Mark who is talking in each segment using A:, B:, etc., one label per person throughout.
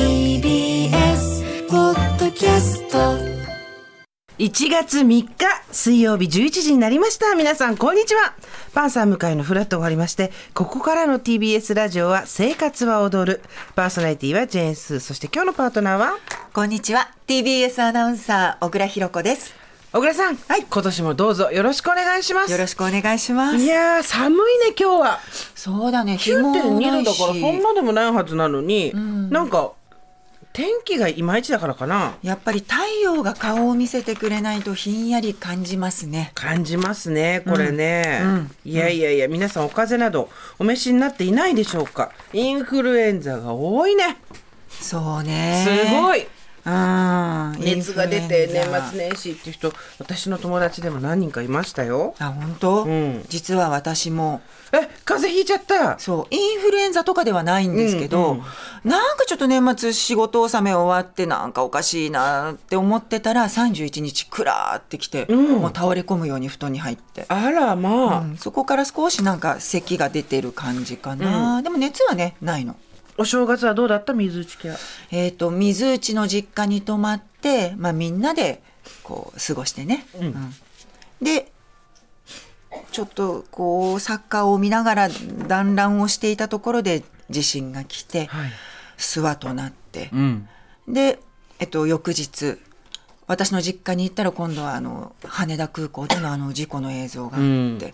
A: ー
B: TBS ポッドキャスト
C: 1月3日水曜日11時になりました皆さんこんにちはパンサー向かいのフラット終わりましてここからの TBS ラジオは「生活は踊る」パーソナリティはジェーンスーそして今日のパートナーは
D: こんにちは TBS アナウンサー小倉弘子です
C: 小倉さん、はい、今年もどうぞよろしくお願いします
D: よろしくお願いしま
C: い
D: す
C: やー寒いね今日は
D: そうだね日もな
C: 9.2
D: い
C: 度だ
D: し
C: からそんなでもないはずなのに、なんか天気がいまいちだからかな
D: やっぱり太陽が顔を見せてくれないとひんやり感じますね
C: 感じますねこれね、いやいやいや皆さんお風邪などお召しになっていないでしょうかインフルエンザが多いね
D: そうね
C: すご
D: う
C: い、
D: ん
C: 熱が出
D: イ
C: て
D: ンフルエ
C: 年
D: ンザ
C: 末年始って人私の友達でも何人かいましたよ
D: あ本当、
C: ん
D: 実は私も
C: え風邪ひいちゃった
D: そうインフルエンザとかではないんですけど、なんかちょっと年末仕事納め終わってなんかおかしいなって思ってたら31日くらーってきて、
C: ん
D: もう倒れ込むように布団に入って、
C: あらまあ、
D: うんそこから少しなんか咳が出てる感じかな、でも熱はねないの。
C: お正月はどうだった水打ちは
D: えっ、と水内の実家に泊まって、まあ、みんなでこう過ごしてね、
C: ん
D: うんでちょっとこうサッカーを見ながら団らんをしていたところで地震が来て、
C: はい
D: 諏訪となって、
C: ん
D: で、えっと、翌日私の実家に行ったら今度はあの羽田空港でのあの事故の映像があって、
C: うん
D: ま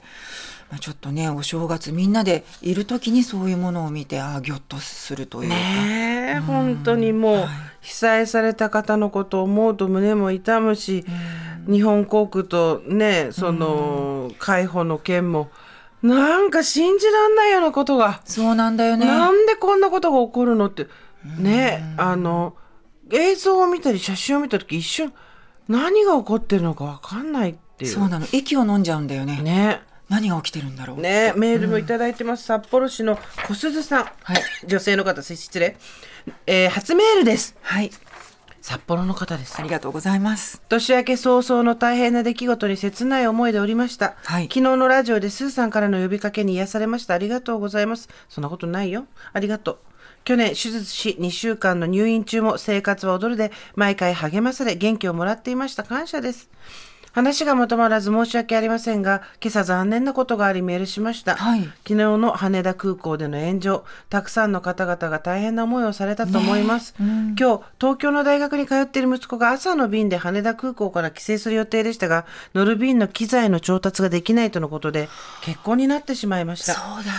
D: あ、ちょっとねお正月みんなでいる時にそういうものを見てああギョッとするというか。
C: ねえ本当にもう被災された方のことを思うと胸も痛むし、日本航空とねその海保の件もなんか信じらんないようなことが、
D: そうなんだよね。
C: なんでこんなことが起こるのってねえあの映像を見たり写真を見た時一瞬何が起こってるのかわかんないっていう
D: そうなの息を飲んじゃうんだよね
C: ね
D: 何が起きてるんだろう、
C: ねメールもいただいてます、札幌市の小鈴さん、
D: はい
C: 女性の方失礼、えー初メールです
D: はい
C: 札幌の方です
D: ありがとうございます
C: 年明け早々の大変な出来事に切ない思いでおりました、
D: はい
C: 昨日のラジオでスーさんからの呼びかけに癒されましたありがとうございますそんなことないよありがとう去年手術し2週間の入院中も生活は踊るで毎回励まされ元気をもらっていました感謝です話がまとまらず申し訳ありませんが今朝残念なことがありメールしました、
D: はい
C: 昨日の羽田空港での炎上たくさんの方々が大変な思いをされたと思います、今日東京の大学に通っている息子が朝の便で羽田空港から帰省する予定でしたが乗る便の機材の調達ができないとのことで欠航になってしまいました
D: そうだ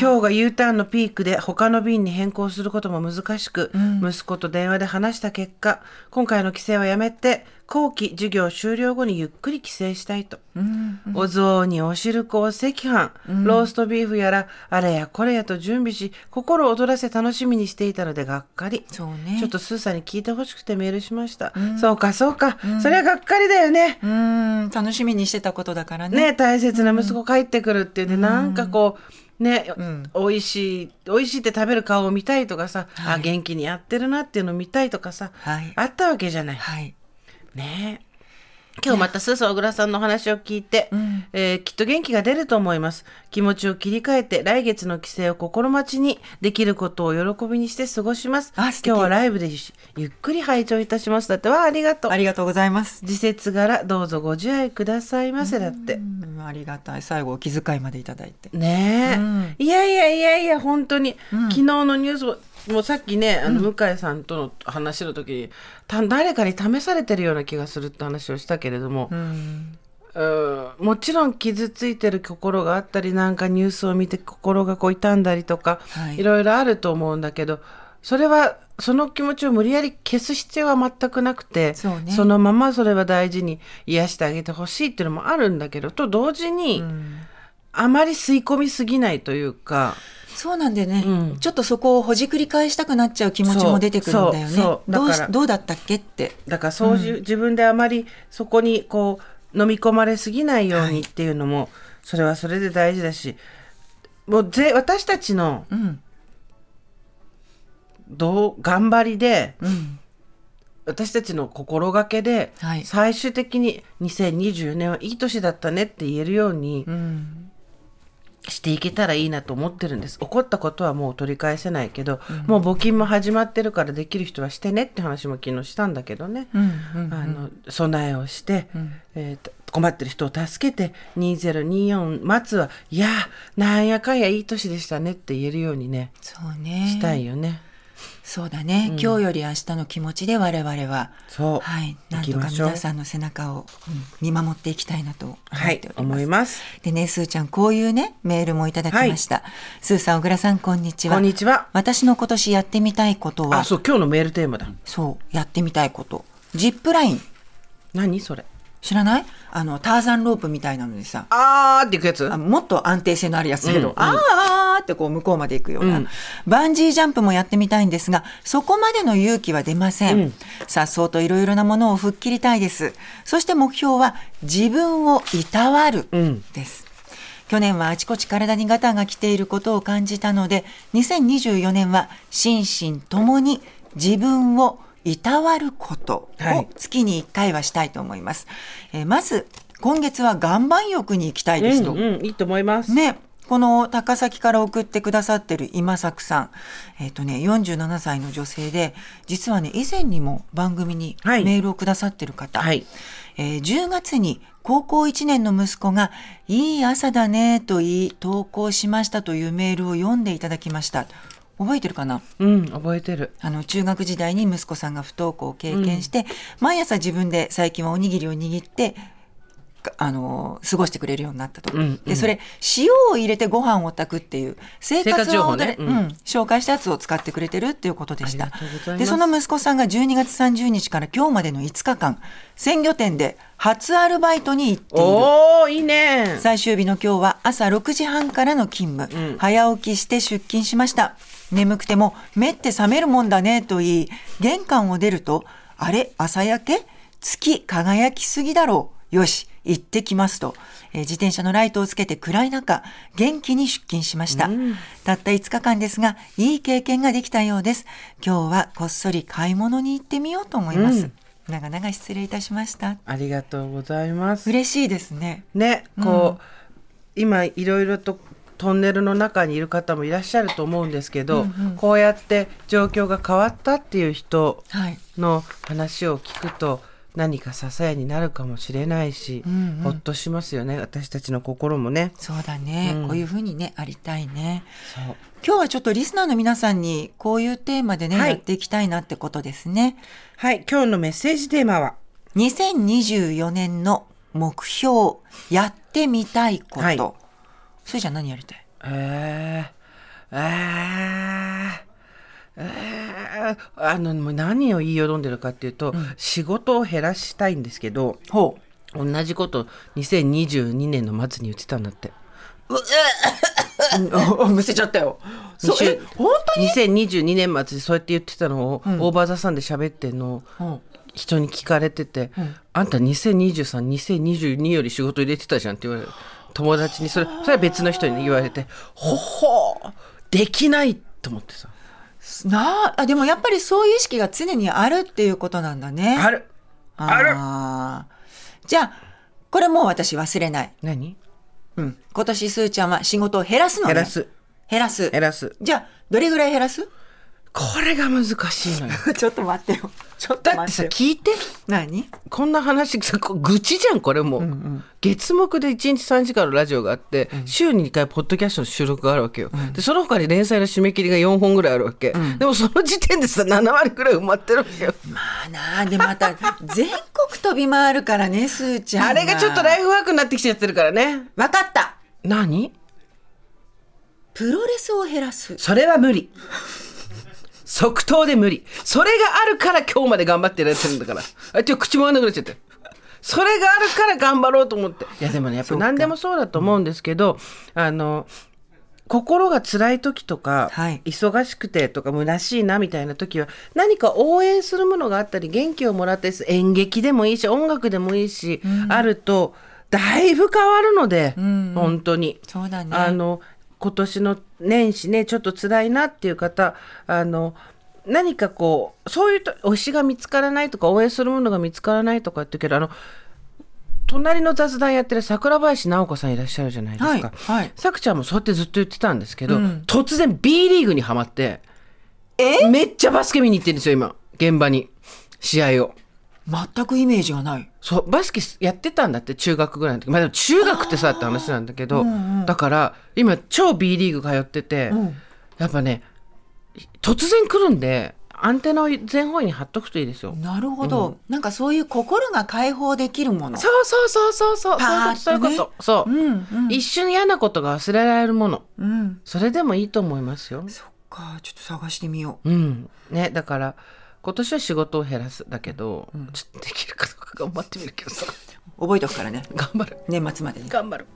C: 今日が U ターンのピークで他の便に変更することも難しく、息子と電話で話した結果今回の帰省はやめて後期授業終了後にゆっくり帰省したいと、お雑煮お汁粉お赤飯、ローストビーフやらあれやこれやと準備し心躍らせ楽しみにしていたのでがっかり
D: そうね
C: ちょっとスーさんに聞いてほしくてメールしました、そうかそうか、それはがっかりだよね、
D: うーん楽しみにしてたことだからね
C: ね、大切な息子帰ってくるっていうね、なんかこうね、美味しい美味しいって食べる顔を見たいとかさ、あ元気にやってるなっていうのを見たいとかさ、
D: はい
C: あったわけじゃない。
D: はい
C: ねえ今日またすーさん小倉さんのお話を聞いて、えーきっと元気が出ると思います気持ちを切り替えて来月の帰省を心待ちにできることを喜びにして過ごします
D: あ
C: 今
D: 素敵
C: 日はライブでゆゆっくり拝聴いたしますだってわあありがとう
D: ありがとうございます
C: 自節柄どうぞご自愛くださいませだって
D: うんありがたい最後お気遣いまでいただいて
C: ねえ、
D: ん
C: いやいやいやいや本当に、昨日のニュースももうさっきねあの向井さんとの話の時に、た誰かに試されてるような気がするって話をしたけれども、
D: うん
C: うんもちろん傷ついてる心があったりなんかニュースを見て心がこう痛んだりとか、
D: はい
C: いろいろあると思うんだけどそれはその気持ちを無理やり消す必要は全くなくて
D: そうね
C: のままそれは大事に癒してあげてほしいっていうのもあるんだけどと同時に、あまり吸い込みすぎないというか
D: そうなんだよね、
C: うん
D: ちょっとそこをほじくり返したくなっちゃう気持ちも出てくるんだよ
C: そう
D: ね
C: そうそう
D: どう
C: だ
D: し
C: から
D: どうだったっけって
C: だからそういう、自分であまりそこにこう飲み込まれすぎないようにっていうのも、それはそれで大事だし、もうぜ私たちの、
D: ん
C: どう頑張りで、
D: うん
C: 私たちの心がけで、
D: はい
C: 最終的に2024年はいい年だったねって言えるようにしていけたらいいなと思ってるんです起こったことはもう取り返せないけど、もう募金も始まってるからできる人はしてねって話も昨日したんだけどね、あの備えをして、えーと困ってる人を助けて2024末はいやなんやかんやいい年でしたねって言えるようにね
D: そうね
C: したいよね。
D: そうだね、今日より明日の気持ちで我々は
C: そう
D: はい、なん
C: 行き
D: とか
C: ましょう
D: 皆さんの背中をうん見守っていきたいなと思
C: は
D: っ
C: い
D: ておりま
C: 思
D: す。
C: います。
D: でね、すーちゃん、こういうね、メールもいただきました。すーさん、小倉さん、こんにちは。
C: こんにちは。
D: 私の今年やってみたいことは、
C: あ
D: そ
C: そう今日のメールテーマだ。
D: う、やってみたいこと。ジップライン。
C: 何それ
D: 知らないあの、ターザンロープみたいなのでさ、
C: あーっていくやつ
D: あもっと安定性のあるやつだけど、
C: うん
D: あーあーってこう向こうまで行くような、
C: うん
D: バンジージャンプもやってみたいんですがそこまでの勇気は出ません、
C: うん
D: さっそうといろいろなものを吹っ切りたいですそして目標は自分をいたわる
C: うん
D: です、去年はあちこち体にガタが来ていることを感じたので2024年は心身ともに自分をいたわること
C: はい
D: を月に1回はしたいと思います、えーまず今月は岩盤浴に行きたいですと、
C: うんうん、いいと思います。
D: ね、この高崎から送ってくださってる今作さん、えっ、とね、47歳の女性で、実はね、以前にも番組に
C: はい
D: メールをくださってる方、
C: はい。
D: えー10月に高校1年の息子が、いい朝だねと言い、投稿しましたというメールを読んでいただきました。覚えてるかな
C: うん、覚えてる。
D: あの中学時代に息子さんが不登校を経験して、毎朝自分で最近はおにぎりを握ってかあの過ごしてくれるようになったと、
C: うんうん
D: でそれ塩を入れてご飯を炊くっていう生活
C: 生活情報ね
D: を
C: うん
D: うん紹介したやつを使ってくれてるっていうことでし
C: あ
D: た
C: りがとうございます
D: でその息子さんが12月30日から今日までの5日間鮮魚店で初アルバイトに行っている
C: おー、いいね。
D: 最終日の今日は朝6時半からの勤務、
C: うん
D: 早起きして出勤しました眠くても目って覚めるもんだねと言い玄関を出るとあれ朝焼け月輝きすぎだろうよし行ってきますと、えー自転車のライトをつけて暗い中元気に出勤しました、たった5日間ですがいい経験ができたようです今日はこっそり買い物に行ってみようと思います、長々失礼いたしました
C: ありがとうございます。
D: 嬉しいですね
C: ね、こう、今いろいろとトンネルの中にいる方もいらっしゃると思うんですけど、こうやって状況が変わったっていう人
D: はい
C: の話を聞くと、何か支えになるかもしれないし、
D: んうん
C: ほっとしますよね私たちの心もね
D: そうだね、
C: うん
D: こういうふうにねありたいね
C: そう
D: 今日はちょっとリスナーの皆さんにこういうテーマでね、
C: はい
D: やっていきたいなってことですね
C: はい今日のメッセージテーマは
D: 2024年の目標やってみたいこと、
C: はい
D: それじゃあ何やりたい
C: えー、えー、えー、あの、もう何を言いよどんでるかっていうと、仕事を減らしたいんですけど、
D: ほ
C: 同じこと2022年の末に言ってたんだって。
D: うむせちゃったよそうえ本
C: 当に ?2022 年末でそうやって言ってたのを、オーバーザさんで喋ってんの
D: 当
C: を、
D: に
C: 人に聞かれてて、あんた2023、2022より仕事入れてたじゃんって言われる。友達にそれ、それは別の人に言われて、ほほーできないと思ってさ。
D: なああでもやっぱりそういう意識が常にあるっていうことなんだね
C: あるある
D: あーじゃあこれもう私忘れない、
C: 何
D: うん、今年すーちゃんは仕事を減らすのね
C: 減らす
D: 減らす
C: 減らす
D: じゃあどれぐらい減ら す
C: これが難しい のよ
D: ちょっと待ってよ。 ちょっと
C: だって
D: 待
C: さ
D: ってよ。
C: 聞いて
D: 何
C: こんな話さこ愚痴じゃんこれもう、月目で1日3時間のラジオがあって、週に2回ポッドキャストの収録があるわけよ、でその他に連載の締め切りが4本ぐらいあるわけ、でもその時点でさ7割ぐらい埋まってるわけよ
D: まあなあ、でま た全国飛び回るからね、すーちゃんが。
C: あれがちょっとライフワークになってきちゃってるからね
D: わかった
C: 何
D: プロレスを減らす。
C: それは無理即答で無理それがあるから今日まで頑張ってやってるんだからあちょ口も合わなくなっちゃってそれがあるから頑張ろうと思っていやでもねやっぱ何でもそうだと思うんですけどあの心が辛い時とか、
D: はい
C: 忙しくてとか虚しいなみたいな時は何か応援するものがあったり元気をもらったりする演劇でもいいし音楽でもいいし、あるとだいぶ変わるので、
D: んうん
C: 本当に。
D: そうだね
C: あの今年の年始ねちょっと辛いなっていう方あの何かこうそういうと推しが見つからないとか応援するものが見つからないとかって言うけどあの隣の雑談やってる桜林直子さんいらっしゃるじゃないですか。
D: はいはい
C: さくちゃんもそうやってずっと言ってたんですけど、
D: うん
C: 突然 B リーグにはまって
D: え
C: めっちゃバスケ見に行ってるんですよ今現場に試合を。
D: 全くイメージがない
C: そうバスケやってたんだって中学ぐらいの時まあでも中学ってさって話なんだけど、だから今超 B リーグ通ってて、
D: うん
C: やっぱね突然来るんでアンテナを全方位に貼っとくといいですよ。
D: なるほど、なんかそういう心が解放できるもの
C: そうそうそうそうそうそういうこ
D: パーッと
C: とそういう
D: ね
C: ことそう、
D: んうん
C: 一瞬嫌なことが忘れられるもの
D: うん
C: それでもいいと思いますよ。
D: そっかちょっと探してみよ
C: うんね、だから今年は仕事を減らすだけど、ちょっとできるかどうか頑張ってみるけどさ
D: う覚えとくからね
C: 頑張る
D: 年末までに
C: 頑張る。